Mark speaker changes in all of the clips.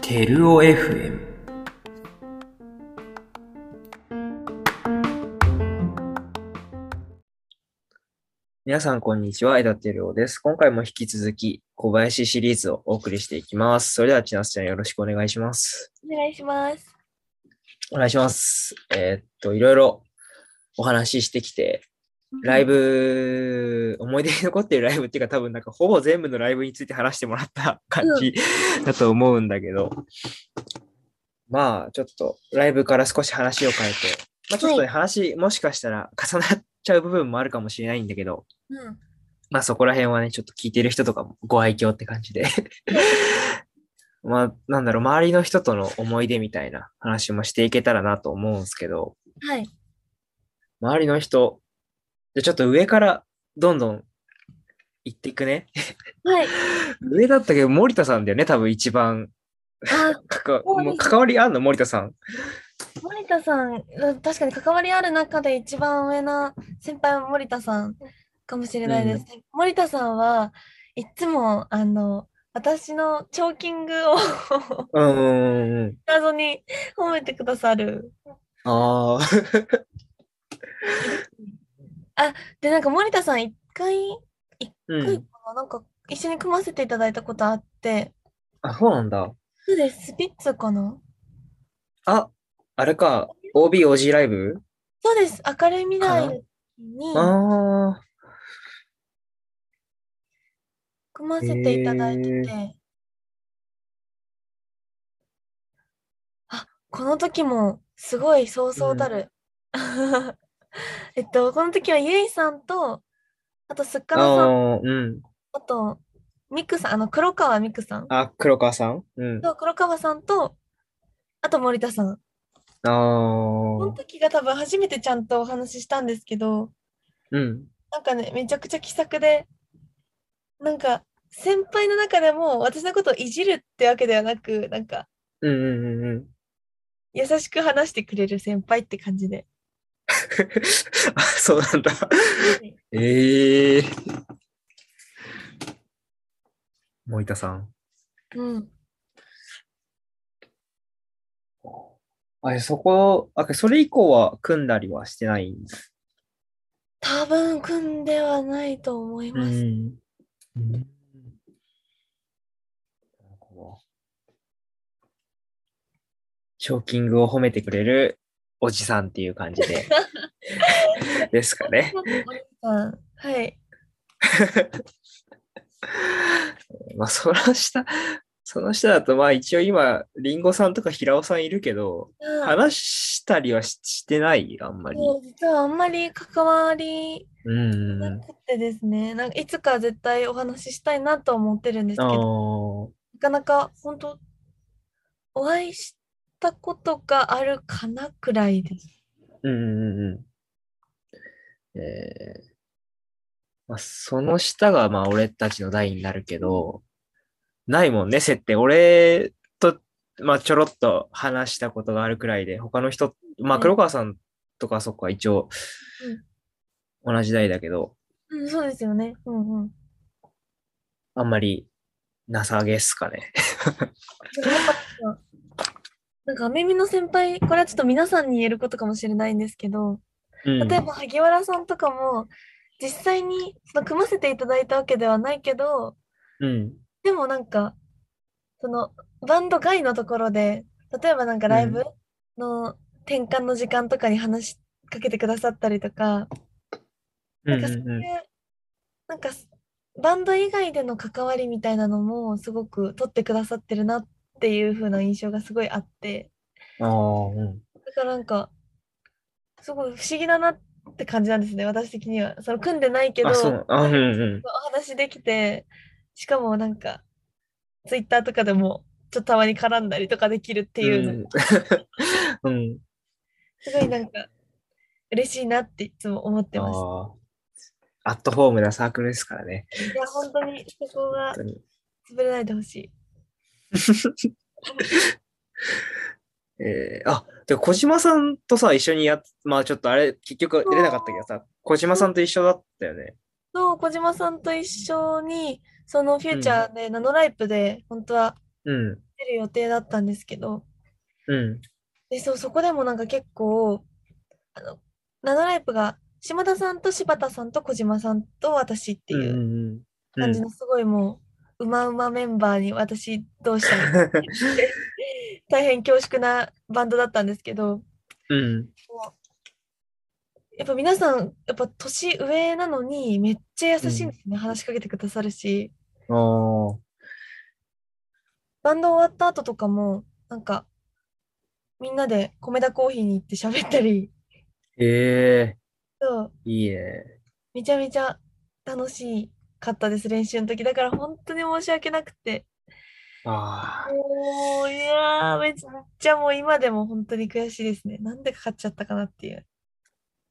Speaker 1: テルオ FM 皆さん、こんにちは。枝テルオです。今回も引き続き、小林シリーズをお送りしていきます。それでは、千夏ちゃん、よろしくお願いします。
Speaker 2: お願いします。
Speaker 1: お願いします。えーっと、いろいろお話ししてきて、ライブ、思い出に残ってるライブっていうか、多分なんかほぼ全部のライブについて話してもらった感じだと思うんだけど、まあちょっとライブから少し話を変えて、まあちょっとね、
Speaker 2: は
Speaker 1: 話もしかしたら重なっちゃう部分もあるかもしれないんだけど、
Speaker 2: うん。
Speaker 1: まあそこら辺はね、ちょっと聞いてる人とかもご愛嬌って感 じで。まあなんだろう、周りの人との思い出みたいな話もしていけたらなと思うんですけど、
Speaker 2: はい。
Speaker 1: 周りの人、じゃあちょっと上からどんどん行っていくね。
Speaker 2: はい。
Speaker 1: 上だったけど、森田さんだよね、多分一番。
Speaker 2: あ、
Speaker 1: かか
Speaker 2: そうです
Speaker 1: もう関わりあんの森田さん。
Speaker 2: 森田さん、うん確かに関わりある中で一番上な先輩は森田さんかもしれないです。森田さんはいつも、あの、私のチョーキングを
Speaker 1: うーん。
Speaker 2: 謎に褒めてくださる。
Speaker 1: ああ。
Speaker 2: で、なんか森田さん一回、
Speaker 1: う
Speaker 2: 一回か
Speaker 1: ん。
Speaker 2: ななんか一緒に組ませていただいたことあって、
Speaker 1: あ、そうなんだ。
Speaker 2: そうです、スピッツかな
Speaker 1: あ、あれか。OB おじライブ
Speaker 2: そうです、明るい未来
Speaker 1: かな
Speaker 2: に
Speaker 1: ああ。
Speaker 2: 組ませていただいてて、
Speaker 1: へ
Speaker 2: あこの時もすごいそうそうたる、 えっとこの時はゆいさんとあとすっか
Speaker 1: あ
Speaker 2: らさん
Speaker 1: あー、うん。
Speaker 2: あとみくさんあの黒川みくさん
Speaker 1: あ、黒川さんうん。
Speaker 2: と黒川さんとあと森田さん
Speaker 1: あ
Speaker 2: この
Speaker 1: あ。
Speaker 2: 時が多分初めてちゃんとお話ししたんですけど
Speaker 1: うん。
Speaker 2: なんかねめちゃくちゃ気さくでなんか先輩の中でも私のことをいじるってわけではなくなんか
Speaker 1: うんうんうんうん。
Speaker 2: 優しく話してくれる先輩って感じで。
Speaker 1: あ、そうなんだ。ええ森田さん。
Speaker 2: うん。
Speaker 1: あれ、そこ、あ、それ以降は組んだりはしてないんです。
Speaker 2: 多分組んではないと思います。
Speaker 1: ん。なるほど。ショーキングを褒めてくれるおじさんっていう感じ で。ですかね。
Speaker 2: うん、はい。
Speaker 1: まあ、その下、その下だと、まあ一応今、リンゴさんとか平尾さんいるけど、
Speaker 2: うん
Speaker 1: 話したりはししてない、あんまり。
Speaker 2: そう実はあんまり関わり
Speaker 1: うん。
Speaker 2: なくてですね、なんかいつか絶対お話ししたいなと思ってるんですけ
Speaker 1: あ
Speaker 2: ど、
Speaker 1: ー
Speaker 2: なかなか本当、お会いしたことがあるかなくらいです。
Speaker 1: うんうんうん。えーまあ、その下が、まあ、俺たちの代になるけど、ないもんね、接点。俺と、まあ、ちょろっと話したことがあるくらいで、他の人、まあ、
Speaker 2: うん
Speaker 1: 黒川さんとか、そっか、一応、同じ代だけど、
Speaker 2: うん、そうですよね。うんうん。
Speaker 1: あんまり、なさげっすかね。
Speaker 2: でもやっぱなんか、アメミの先輩、これはちょっと皆さんに言えることかもしれないんですけど、
Speaker 1: うん
Speaker 2: 例えば萩原さんとかも実際にその組ませていただいたわけではないけど
Speaker 1: うん。
Speaker 2: でもなんかそのバンド外のところで例えばなんかライブの転換の時間とかに話しかけてくださったりとか、
Speaker 1: う
Speaker 2: なん
Speaker 1: ん
Speaker 2: かそう
Speaker 1: う
Speaker 2: い
Speaker 1: ん
Speaker 2: うなんかバンド以外での関わりみたいなのもすごく取ってくださってるなっていう風な印象がすごいあって
Speaker 1: うん。ああ、うん。
Speaker 2: だからなんかすごい不思議だなって感じなんですね私的にはその組んでないけど
Speaker 1: あ、そう。あ、うんうん。
Speaker 2: お話できて、しかもなんか、ツイッターとかでも、ちょっとたまに絡んだりとかできるっていうの、
Speaker 1: うん。うん。
Speaker 2: すごいなんか、嬉しいなっていつも思ってます。
Speaker 1: ああアットホームなサークルですからね。
Speaker 2: いや、本当にそこが
Speaker 1: 本当に。
Speaker 2: 潰れないでほしい。
Speaker 1: えー、あ、で、小島さんとさ、一緒にやっ、まあちょっとあれ、結局出れなかったけどさ、小島さんと一緒だったよね。
Speaker 2: と小島さんと一緒に、そのフューチャーでナノライプで本当は
Speaker 1: うん。
Speaker 2: 出る予定だったんですけど、
Speaker 1: うん。
Speaker 2: でそうそこでもなんか結構あのナノライプが島田さんと柴田さんと小島さんと私って
Speaker 1: うん
Speaker 2: いううん
Speaker 1: うん。
Speaker 2: 感じのすごいもううまうまメンバーに私どうしたの 大変恐縮なバンドだったんですけど
Speaker 1: うん。
Speaker 2: やっぱ皆さんやっぱ年上なのにめっちゃ優しいんですね、話しかけてくださるし
Speaker 1: うん。おー。
Speaker 2: バンド終わった後とかもなんかみんなで米田コーヒーに行って喋ったり
Speaker 1: え
Speaker 2: そう
Speaker 1: えいいね。
Speaker 2: めちゃめちゃ楽しかったです、練習の時。だから本当に申し訳なくて。
Speaker 1: ああ。
Speaker 2: もう、いやー、めっちゃもう今でも本当に悔しいですね。なんでかかっちゃったかなっていう。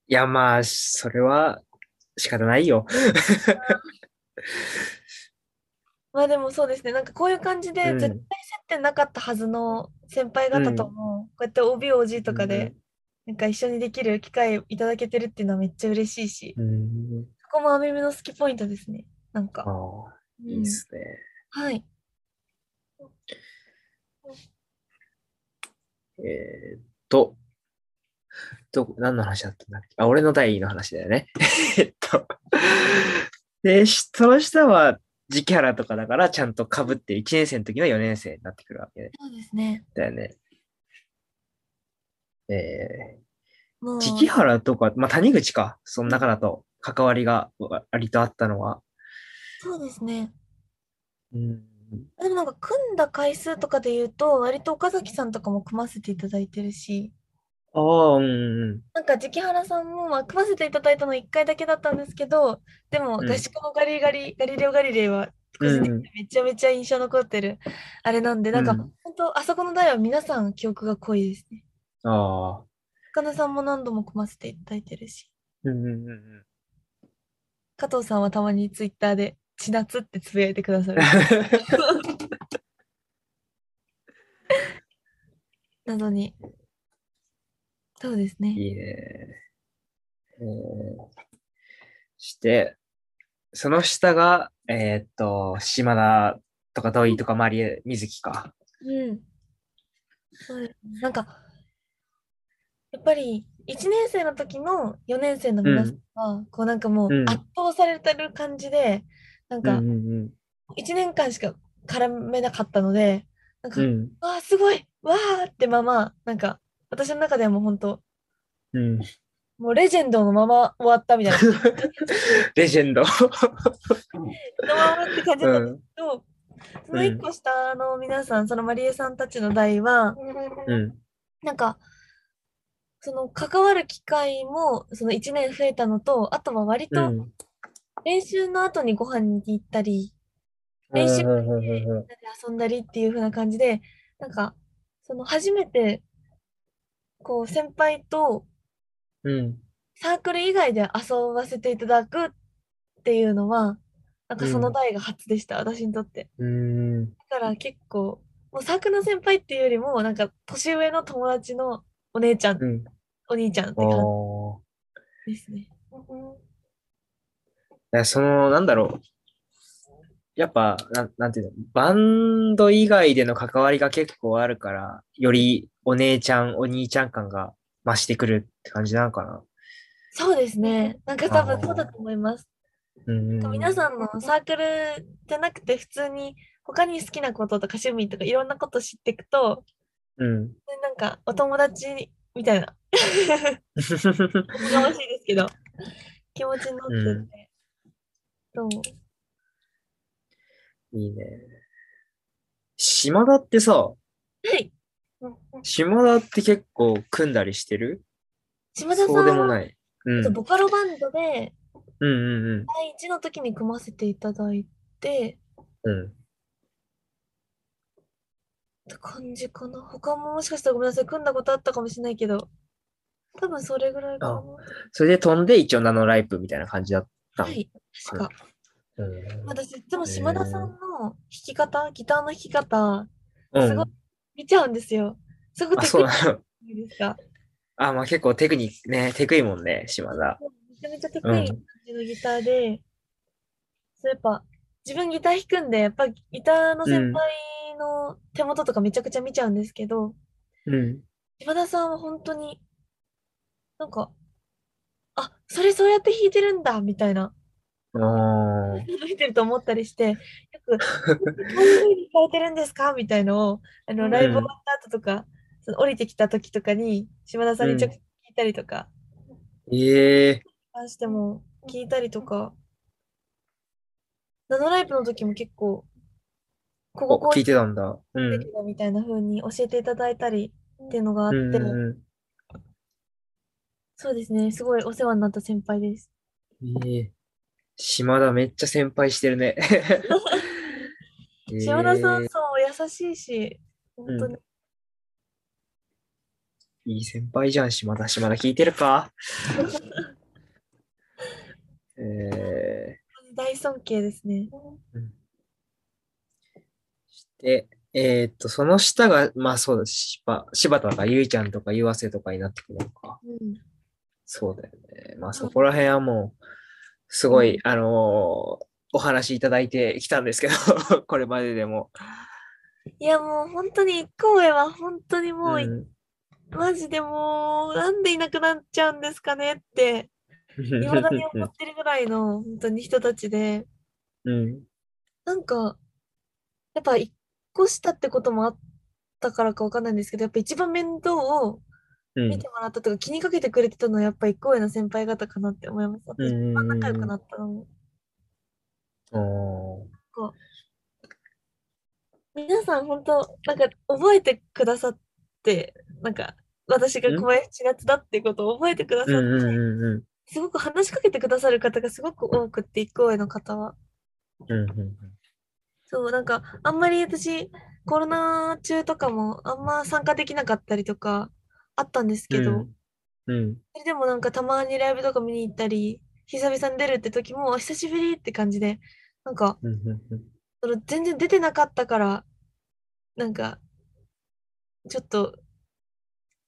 Speaker 1: いや、まあ、それは仕方ないよ。
Speaker 2: まあでもそうですね、なんかこういう感じで
Speaker 1: うん
Speaker 2: 絶対接点なかったはずの先輩方とも、こうやって OBOG とかで、なんか一緒にできる機会をいただけてるっていうのはめっちゃ嬉しいし、
Speaker 1: うん。うん。
Speaker 2: そこもアメミの好きポイントですね。なん
Speaker 1: あ
Speaker 2: か。
Speaker 1: あ、
Speaker 2: うん
Speaker 1: いいですね。
Speaker 2: はい。
Speaker 1: えーっと、どこ、何の話だったんだっけあ、俺の第位の話だよね。 えっと。で、しその下は、時期原とかだから、ちゃんと被って、1年生の時の4年生になってくるわけ
Speaker 2: そうですね。
Speaker 1: だよね。え
Speaker 2: も
Speaker 1: ー、
Speaker 2: う、
Speaker 1: 時期原とか、まあ、谷口か、その中だと、関わりがわ割とあったのは、
Speaker 2: そうですね。
Speaker 1: うん、
Speaker 2: でもなんか組んだ回数とかで言うと割と岡崎さんとかも組ませていただいてるし
Speaker 1: ああ、うんうん。
Speaker 2: なんか直原さんもまあ組ませていただいたの1回だけだったんですけどでも
Speaker 1: うん
Speaker 2: 合宿のガリガリ、ガリレオ・ガリレイは個人的にめちゃめちゃ印象残ってるあれなんでなんか
Speaker 1: うん
Speaker 2: 本当あそこの台は皆さん記憶が濃いですね。
Speaker 1: ああ、
Speaker 2: 岡田さんも何度も組ませていただいてるし
Speaker 1: うんうんうんうん。
Speaker 2: 加藤さんはたまにツイッターで「ちなつ」ってつぶやいてく ださるなどにそうですね。
Speaker 1: いいね。えーして、その下が、えーっと、島田とか土井とかマリエ、水木か。
Speaker 2: うん。そうですねなんか、やっぱり1年生の時の4年生の皆さんは、こうなんかもう
Speaker 1: うん
Speaker 2: 圧倒されてる感じで、なん
Speaker 1: うん
Speaker 2: か
Speaker 1: うん
Speaker 2: 1年間しか絡めなかったので、なんか、
Speaker 1: うん。うん
Speaker 2: わあ、すごいわーってまま、なんか私の中ではもう本当、
Speaker 1: うん、
Speaker 2: もうレジェンドのまま終わったみた いな、
Speaker 1: レジェンド。
Speaker 2: のままって感じ
Speaker 1: う
Speaker 2: だったんで
Speaker 1: ん
Speaker 2: すけど、その1個下の皆さん、そのマリエさんたちの代は、
Speaker 1: うん
Speaker 2: なんか、その関わる機会もその1年増えたのと、あとは割
Speaker 1: う
Speaker 2: と
Speaker 1: ん
Speaker 2: 練習の後にご飯に行ったり、練習
Speaker 1: うんうんうんうん
Speaker 2: みんなで遊んだりっていう風な感じで、なんか、その初めて、こう先輩と
Speaker 1: うん
Speaker 2: サークル以外で遊ばせていただくっていうのは、なんかその代が初でした、私にとって。
Speaker 1: うん
Speaker 2: だから結構、もうサークルの先輩っていうよりも、なんか年上の友達のお姉ちゃん、
Speaker 1: うん
Speaker 2: お兄ちゃんって感
Speaker 1: おー
Speaker 2: じですね。
Speaker 1: いやその、なんだろう。やっぱ、なんなんていうの、バンド以外での関わりが結構あるから、よりお姉ちゃん、お兄ちゃん感が増してくるって感じなのかな。
Speaker 2: そうですね。なんか多
Speaker 1: あ
Speaker 2: 分
Speaker 1: ー
Speaker 2: そうだと思います。
Speaker 1: うんうん。
Speaker 2: 皆
Speaker 1: ん。
Speaker 2: さんのサークルじゃなくて普通に他に好きなこととか趣味とかいろんなこと知っていくと、
Speaker 1: うん。
Speaker 2: なんかお友達みたいな、やましいですけ ど、気持ちになってて。そう。
Speaker 1: いいね。島田ってさ、
Speaker 2: はい。
Speaker 1: 島田って結構組んだりしてる
Speaker 2: 島田さん
Speaker 1: そうでも
Speaker 2: は
Speaker 1: ない。うん。うん
Speaker 2: ボカロバンドで
Speaker 1: うん
Speaker 2: 第一の時に組ませていただいて、
Speaker 1: うん。うん。
Speaker 2: って感じかな。他ももしかしたらごめんなさい、組んだことあったかもしれないけど、多分それぐらいかな
Speaker 1: あ。それで飛んで一応ナノライプみたいな感じだった。
Speaker 2: はい、確か。
Speaker 1: うん。
Speaker 2: 私いつも島田さんの弾き方、ギターの弾き方
Speaker 1: うん
Speaker 2: すごい見ちゃうんですよ。すごく
Speaker 1: あ、
Speaker 2: テク
Speaker 1: そう
Speaker 2: ニ
Speaker 1: な
Speaker 2: ック
Speaker 1: の。
Speaker 2: じゃないですか。
Speaker 1: あ、まあ結構テクニックね、テクいもんね、島田。
Speaker 2: めちゃめちゃテクニックのギターで、そうやっぱ自分ギター弾くんでやっぱギターの先輩の手元とかめちゃくちゃ見ちゃうんですけど、
Speaker 1: うん。
Speaker 2: 島田さんは本当になんかあそれそうやって弾いてるんだみたいな
Speaker 1: ああ。
Speaker 2: 見てると思ったりしてよくこういう風に弾いてるんですかみたいのをあ
Speaker 3: う
Speaker 2: の
Speaker 3: ん
Speaker 2: ライブ終わった後とか、その降りてきた時とかに島田さんに直接聞いたりとか、
Speaker 1: ええ
Speaker 2: 関しても聞いたりとか、ナノライブの時も結構、こここ
Speaker 1: お
Speaker 2: う
Speaker 1: 聞いてたんだ。う
Speaker 2: やっ
Speaker 1: ん
Speaker 2: て。るよみたいな風に教えていただいたりっていうのがあっ
Speaker 1: う
Speaker 2: て、
Speaker 1: んう
Speaker 2: そうですね、すごいお世話になった先輩です。
Speaker 1: ん。ええ島田めっちゃ先輩してる ね。
Speaker 2: 島田さ
Speaker 1: え
Speaker 2: ん、
Speaker 1: え
Speaker 2: そう、優しいし、本当に、
Speaker 1: いい先輩じゃん、島田。島田聞いてる かええ
Speaker 2: 大尊敬ですね。
Speaker 1: で、えーっと、その下が、まあそうだ、しば柴田とかゆいちゃんとかゆわせとかになってくるのか。
Speaker 2: うん、
Speaker 1: そうだよね。まあそこら辺はもう、すごい、あのーお話いただいてきたんですけど、これまででも。
Speaker 2: いや、もう本当に、一個上は本当にもう、
Speaker 1: うん
Speaker 2: マジでもう、なんでいなくなっちゃうんですかねって、いまだに思ってるぐらいの、本当に人たちで、
Speaker 1: うん。
Speaker 2: なんか、やっぱ一個下ってこともあったからかわかんないんですけど、やっぱ一番面倒を
Speaker 1: うん
Speaker 2: 見てもらったとか気にかけてくれてたのはやっぱ一個上の先輩方かなって思います。私一番仲良くなったのも。
Speaker 1: おー
Speaker 2: 皆さん本当、なんか覚えてくださって、なんか私が小林千夏だってことを覚えてくださっ
Speaker 1: うん
Speaker 2: て、
Speaker 1: うんうんうん
Speaker 2: すごく話しかけてくださる方がすごく多くって、一個上の方は。
Speaker 1: うんうん
Speaker 2: そう、なんかあんまり私、コロナ中とかもあんま参加できなかったりとかあったんですけど、
Speaker 1: うんうん
Speaker 2: それでもなんかたまにライブとか見に行ったり、久々に出るって時も、お久しぶりって感じで、なんか、
Speaker 1: うんうん
Speaker 2: その全然出てなかったから、なんか、ちょっと、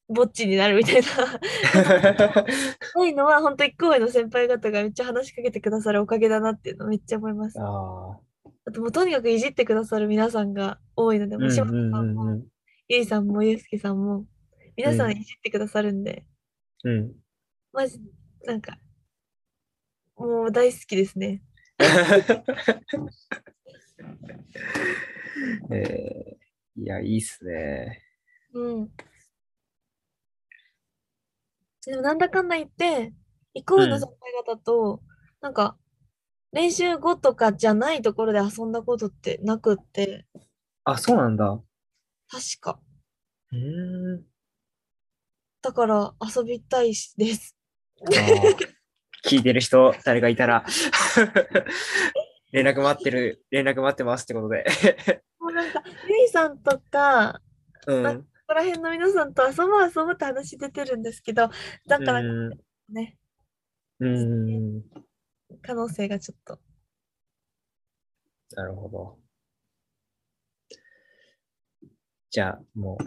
Speaker 2: ぼっちになるみたいな。 そういうのは、本当一個上の先輩方がめっちゃ話しかけてくださるおかげだなっていうのめっちゃ思います。
Speaker 1: ああ。
Speaker 2: あともうとにかくいじってくださる皆さんが多いので、
Speaker 1: うん
Speaker 2: もう
Speaker 1: う
Speaker 2: 島田
Speaker 1: ん
Speaker 2: さん
Speaker 1: うんう
Speaker 2: も、
Speaker 1: ん
Speaker 2: ゆいさんも、ゆうすけさんも、皆さ
Speaker 1: うん
Speaker 2: んいじってくださるんで、
Speaker 1: うん。
Speaker 2: マジ、なんか、もう大好きですね。
Speaker 1: えーいや、いいっすね。
Speaker 2: うん。でもなんだかんだ言って、イコールの先輩方と、なんか、練習後とかじゃないところで遊んだことってなくって、
Speaker 1: あ、そうなんだ。う
Speaker 2: 確か。
Speaker 1: ーん。
Speaker 2: だから遊びたいしです。
Speaker 1: あー聞いてる人、誰かいたら、連絡待ってる、連絡待ってますってことで。
Speaker 2: もうなんか、ゆいさんとか、
Speaker 1: うん。
Speaker 2: ここら辺の皆さんと遊ぼう遊ぼうって話出てるんですけど、だから
Speaker 1: うん
Speaker 2: ね、
Speaker 1: うん。
Speaker 2: 可能性がちょっと。
Speaker 1: なるほど。じゃあ、もう、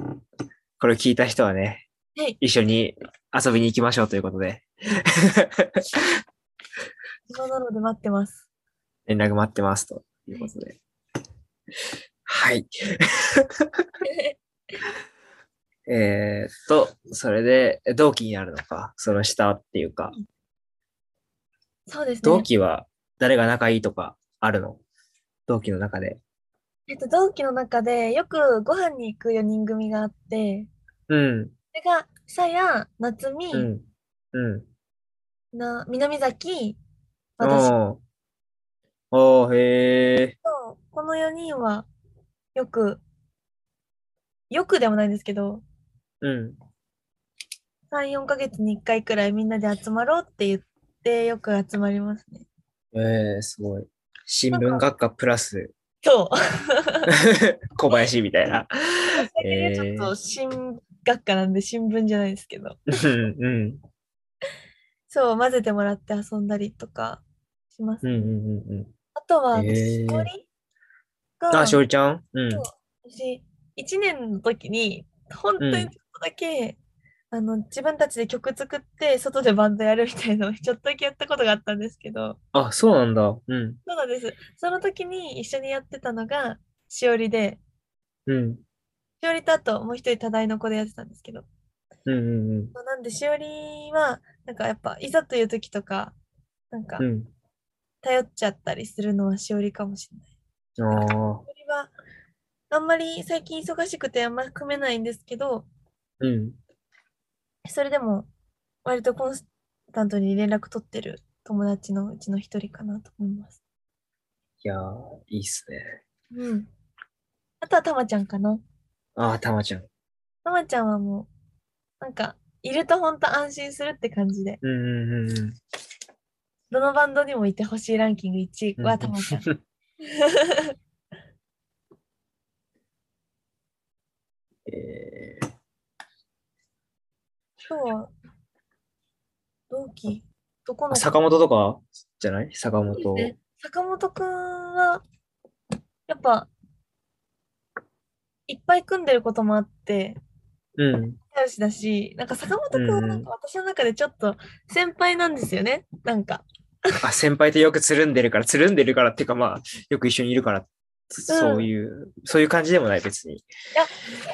Speaker 1: これを聞いた人はね、
Speaker 2: はい
Speaker 1: 一緒に遊びに行きましょうということで、
Speaker 2: 今なので待って ます。
Speaker 1: 連絡待ってますということで。はい。えー、っと、それで、同期になるのか、その下っていうか、
Speaker 2: そうですね
Speaker 1: 同。期は誰が仲いいとかあるの同期の中で。
Speaker 2: えっと、同期の中でよくご飯に行く4人組があって、
Speaker 1: うん、
Speaker 2: それが、さや、夏美、
Speaker 1: うん、うん。
Speaker 2: な南崎、私と、
Speaker 1: おーおー、へえ。
Speaker 2: この4人は、よく、よくでもないんですけど、
Speaker 1: うん、
Speaker 2: 3、4ヶ月に1回くらいみんなで集まろうって言って、よく集まりますね。
Speaker 1: えー、すごい。新聞学科プラス
Speaker 2: そう。
Speaker 1: 小林みたいな。
Speaker 2: 私だけねちょっと新学科なんで新聞じゃないですけど、
Speaker 1: うん、うん、
Speaker 2: そう、混ぜてもらって遊んだりとかします。
Speaker 1: うん、うん、うん。
Speaker 2: あとは、
Speaker 1: へー
Speaker 2: しおりが、
Speaker 1: あ、しおりちゃんうん
Speaker 2: そう。私、1年の時に、本当にちょっとだけ、あの自分たちで曲作って外でバンドやるみたいな のをちょっとだけやったことがあったんですけど
Speaker 1: あ、そうなんだ。うん。
Speaker 2: そうなんですその時に一緒にやってたのがしおりで
Speaker 1: うん。
Speaker 2: しおりとあともう一人多大の子でやってたんですけど
Speaker 1: うんうんうん。
Speaker 2: そうなんでしおりはなんかやっぱいざという時とかなんか
Speaker 1: うん。
Speaker 2: 頼っちゃったりするのはしおりかもしれない。
Speaker 1: ああ。
Speaker 2: しおりはあんまり最近忙しくてあんまり組めないんですけど
Speaker 1: うん。
Speaker 2: それでも割とコンスタントに連絡取ってる友達のうちの一人かなと思います。
Speaker 1: いやー、いいっすね。
Speaker 2: うん。あとはたまちゃんかな。
Speaker 1: ああ、たまちゃん。
Speaker 2: たまちゃんはもう、なんか、いるとほんと安心するって感じで、
Speaker 1: うんうんうんうん。
Speaker 2: どのバンドにもいてほしいランキング1位はたまちゃん。
Speaker 1: えー、
Speaker 2: 今日は、同期、どこの
Speaker 1: あ坂本とかじゃない坂本。
Speaker 2: そうですね坂本くんは、やっぱ、いっぱい組んでることもあって、
Speaker 1: うん。
Speaker 2: 仲良しだし、なんか坂本くんは
Speaker 1: うんうん
Speaker 2: なんか私の中でちょっと先輩なんですよね。なん か、
Speaker 1: あ、先輩とよくつるんでるから、つるんでるからっていうか、まあ、よく一緒にいるから、そういう、そういう感じでもない、別に。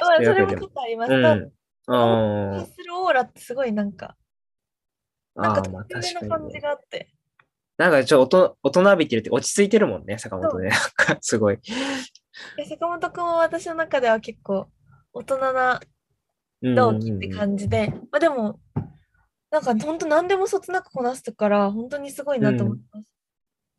Speaker 2: まあ、それもちょっとありま
Speaker 1: う
Speaker 2: す。ただ
Speaker 1: ん。あー
Speaker 2: 発するオーラってすごいなんか、なん
Speaker 1: あ
Speaker 2: か
Speaker 1: ー、
Speaker 2: 特
Speaker 1: まあ
Speaker 2: 別
Speaker 1: 確
Speaker 2: な
Speaker 1: か
Speaker 2: 感
Speaker 1: に、
Speaker 2: じ
Speaker 1: ね。
Speaker 2: があって。
Speaker 1: なんかちょっと大人大人びてるって落ち着いてるもんね、坂本ね。なんか すごい。
Speaker 2: いや坂本くんは私の中では結構大人な
Speaker 1: うんうんう
Speaker 2: 同
Speaker 1: ん
Speaker 2: 期って感じで、まあでも、なんか本当何でもそつなくこなすから、本当にすごいなと思います。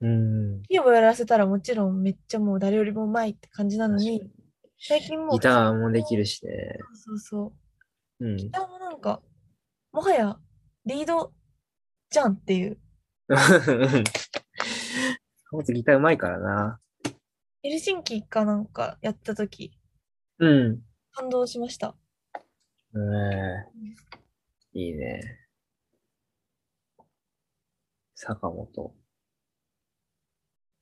Speaker 1: うん。
Speaker 2: ピアノやらせたらもちろんめっちゃもう誰よりもうまいって感じなの
Speaker 1: 確
Speaker 2: に、最近もう
Speaker 1: ギ、ターもできるしね。
Speaker 2: そうそう。
Speaker 1: うん
Speaker 2: ギ。ターもなんか、もはやリードじゃんっていう。
Speaker 1: ほんとギターうまいからな。
Speaker 2: ヘルシンキかなんかやった時
Speaker 1: うん。
Speaker 2: 感動しました。
Speaker 1: ねえ。いいね。坂本。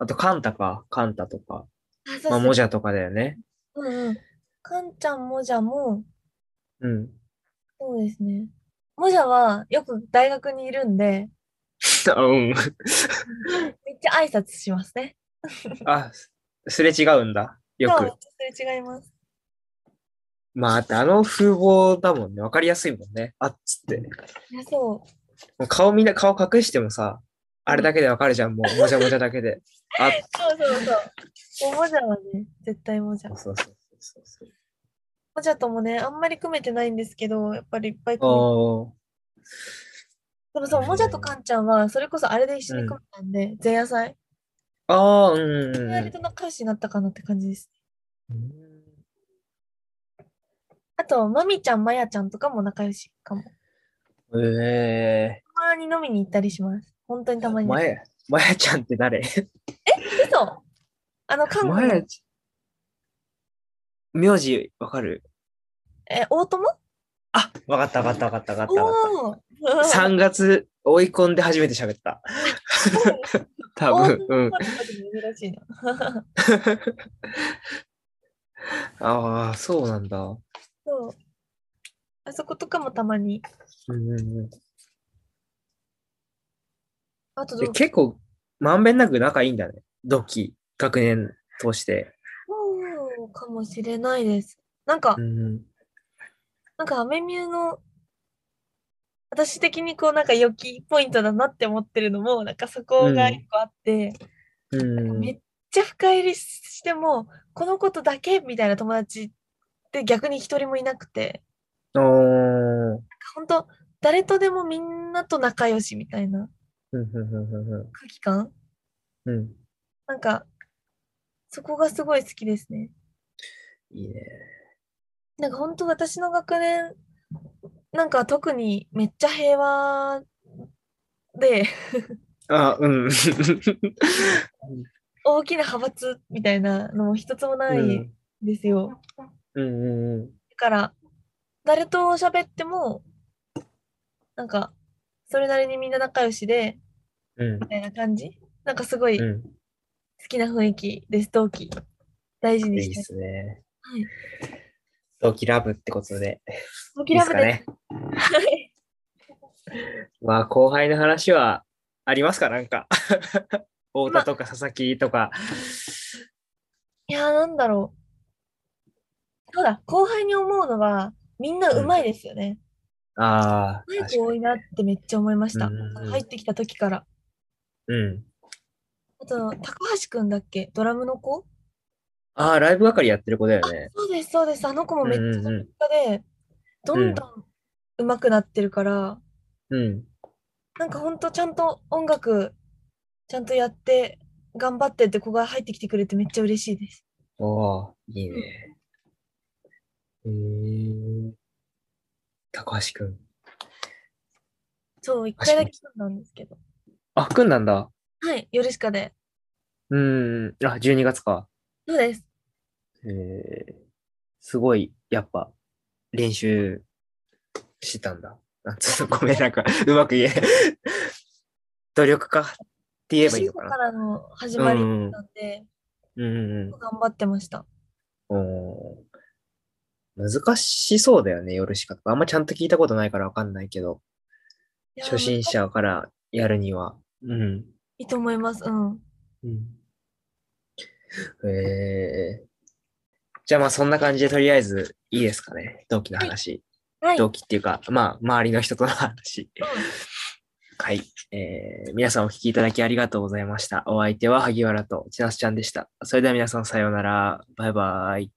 Speaker 1: あと、カンタか。カンタとか。
Speaker 2: あ、そ
Speaker 1: ま
Speaker 2: うそ
Speaker 1: あ、
Speaker 2: う
Speaker 1: モジャとかだよね。
Speaker 2: うんうん。かんちゃんもじゃも、
Speaker 1: うん。
Speaker 2: そうですね。もじゃはよく大学にいるんで、
Speaker 1: あ、うん。
Speaker 2: めっちゃ挨拶しますね。
Speaker 1: あ、すすれ違うんだ。よ
Speaker 2: 今日はめ
Speaker 1: く
Speaker 2: っ。ちゃすれ違います。
Speaker 1: まあ、あとあの風貌だもんね。わかりやすいもんね。あっつって。
Speaker 2: いや、そう。
Speaker 1: もう顔みんな、顔隠してもさ、あれだけでわかるじゃん。もう、もじゃもじゃだけ で。あ、
Speaker 2: そうそうそう。もうもじゃはね、絶対もじゃ。も
Speaker 1: そうそうそうそうそう。
Speaker 2: じゃともね、あんまり組めてないんですけど、やっぱりいっぱい組めて
Speaker 1: あ
Speaker 2: でもそう、もじゃとかんちゃんは、それこそあれで一緒
Speaker 1: う
Speaker 2: に
Speaker 1: ん
Speaker 2: 組めたんで、前夜祭。
Speaker 1: あ。ああ、うんうんうん
Speaker 2: 割と仲良しになったかなって感じです。
Speaker 1: うん。
Speaker 2: あと、まみちゃん、まやちゃんとかも仲良しかも。
Speaker 1: ええ
Speaker 2: たまに飲みに行ったりします。本当にたま
Speaker 1: ー、
Speaker 2: に。
Speaker 1: まや、まやちゃんって誰
Speaker 2: 嘘あの、韓
Speaker 1: ま
Speaker 2: 国の
Speaker 1: やちゃん。 名字わかる
Speaker 2: え、大友
Speaker 1: あ、わかったわかったわかったわかったわかっ
Speaker 2: おお
Speaker 1: た。3月追い込んで初めて喋った。多分、うん。
Speaker 2: 珍しいな。
Speaker 1: ああ、そうなんだ。う
Speaker 2: そう。あそことかもたまに。
Speaker 1: んうんうん
Speaker 2: あとど
Speaker 1: で
Speaker 2: う
Speaker 1: 結構、まんべんなく仲いいんだね。同期、学年通して。
Speaker 2: そうかもしれないです。なんか
Speaker 1: う、ん、
Speaker 2: なんかアメミューの、私的にこうなんか良きポイントだなって思ってるのも、なんかそこが一個あって、
Speaker 1: うん。
Speaker 2: めっちゃ深入りしても、このことだけみたいな友達って逆に一人もいなくて、
Speaker 1: おー。
Speaker 2: 本当誰とでもみんなと仲良しみたいな
Speaker 1: うんうんうんうん
Speaker 2: 空気感
Speaker 1: うんうん。
Speaker 2: なんか、そこがすごい好きですね。
Speaker 1: いいね。
Speaker 2: なんか本当私の学年、なんか特にめっちゃ平和で、
Speaker 1: あ、うん。
Speaker 2: 大きな派閥みたいなのも一つもな い
Speaker 1: うん
Speaker 2: んですよ。
Speaker 1: うんうんうん。
Speaker 2: だから、誰と喋っても、なんか、それなりにみんな仲良しで、
Speaker 1: うん
Speaker 2: みたいな感じなんかすごい好
Speaker 1: う
Speaker 2: きな雰囲気です、同期。大事
Speaker 1: ん。い
Speaker 2: に
Speaker 1: い
Speaker 2: し
Speaker 1: で
Speaker 2: て。
Speaker 1: すね。
Speaker 2: はい
Speaker 1: 同期ラブってことで。
Speaker 2: ド
Speaker 1: い
Speaker 2: キ
Speaker 1: いで
Speaker 2: ラ
Speaker 1: す
Speaker 2: ブ
Speaker 1: か
Speaker 2: で
Speaker 1: ね。まあ、後輩の話はありますかなん か。太田とか佐々木とか。
Speaker 2: いやー、なんだろう。そうだ、後輩に思うのは、みんなうまいですよね。
Speaker 1: ああ、
Speaker 2: うまい
Speaker 1: 確
Speaker 2: 子
Speaker 1: か
Speaker 2: 多
Speaker 1: に
Speaker 2: いなってめっちゃ思いました。
Speaker 1: うんうんうん
Speaker 2: 入ってきた時から。
Speaker 1: うん。
Speaker 2: あと、高橋くんだっけドラムの子
Speaker 1: ああ、ライブ係やってる子だよね。
Speaker 2: そうです、そうです。あの子もめっちゃ
Speaker 1: うんうんうん
Speaker 2: 結果で、どんどん上手くなってるから、
Speaker 1: うん。
Speaker 2: なんかほんとちゃんと音楽、ちゃんとやって、頑張ってって子が入ってきてくれてめっちゃ嬉しいです。
Speaker 1: おお、いいね。えー、高橋くん。
Speaker 2: そう、一回だけそうなんですけど。
Speaker 1: あ、くんなんだ。
Speaker 2: はい、ヨルシカで。
Speaker 1: うん。あ、12月か。
Speaker 2: そうです。
Speaker 1: えー、すごい、やっぱ、練習してたんだ。あちょっとごめん、なんか、うまく言え。努力家って言えばいい
Speaker 2: シ
Speaker 1: の
Speaker 2: ーズ
Speaker 1: か
Speaker 2: ン
Speaker 1: な
Speaker 2: か。らの始まり
Speaker 1: うん
Speaker 2: なんで、
Speaker 1: うん
Speaker 2: 頑張ってました。
Speaker 1: うんうん。難しそうだよね、夜しか。あんまちゃんと聞いたことないからわかんないけど、
Speaker 2: いやー
Speaker 1: 初心者からやるには。うん。
Speaker 2: いいと思います。うん。
Speaker 1: うん、えー、じゃあまあそんな感じでとりあえずいいですかね、同期の話。
Speaker 2: はい。
Speaker 1: 同期っていうか、まあ、周りの人との話。はい、えー。皆さんお聞きいただきありがとうございました。お相手は萩原と千夏ちゃんでした。それでは皆さんさようなら。バイバイ。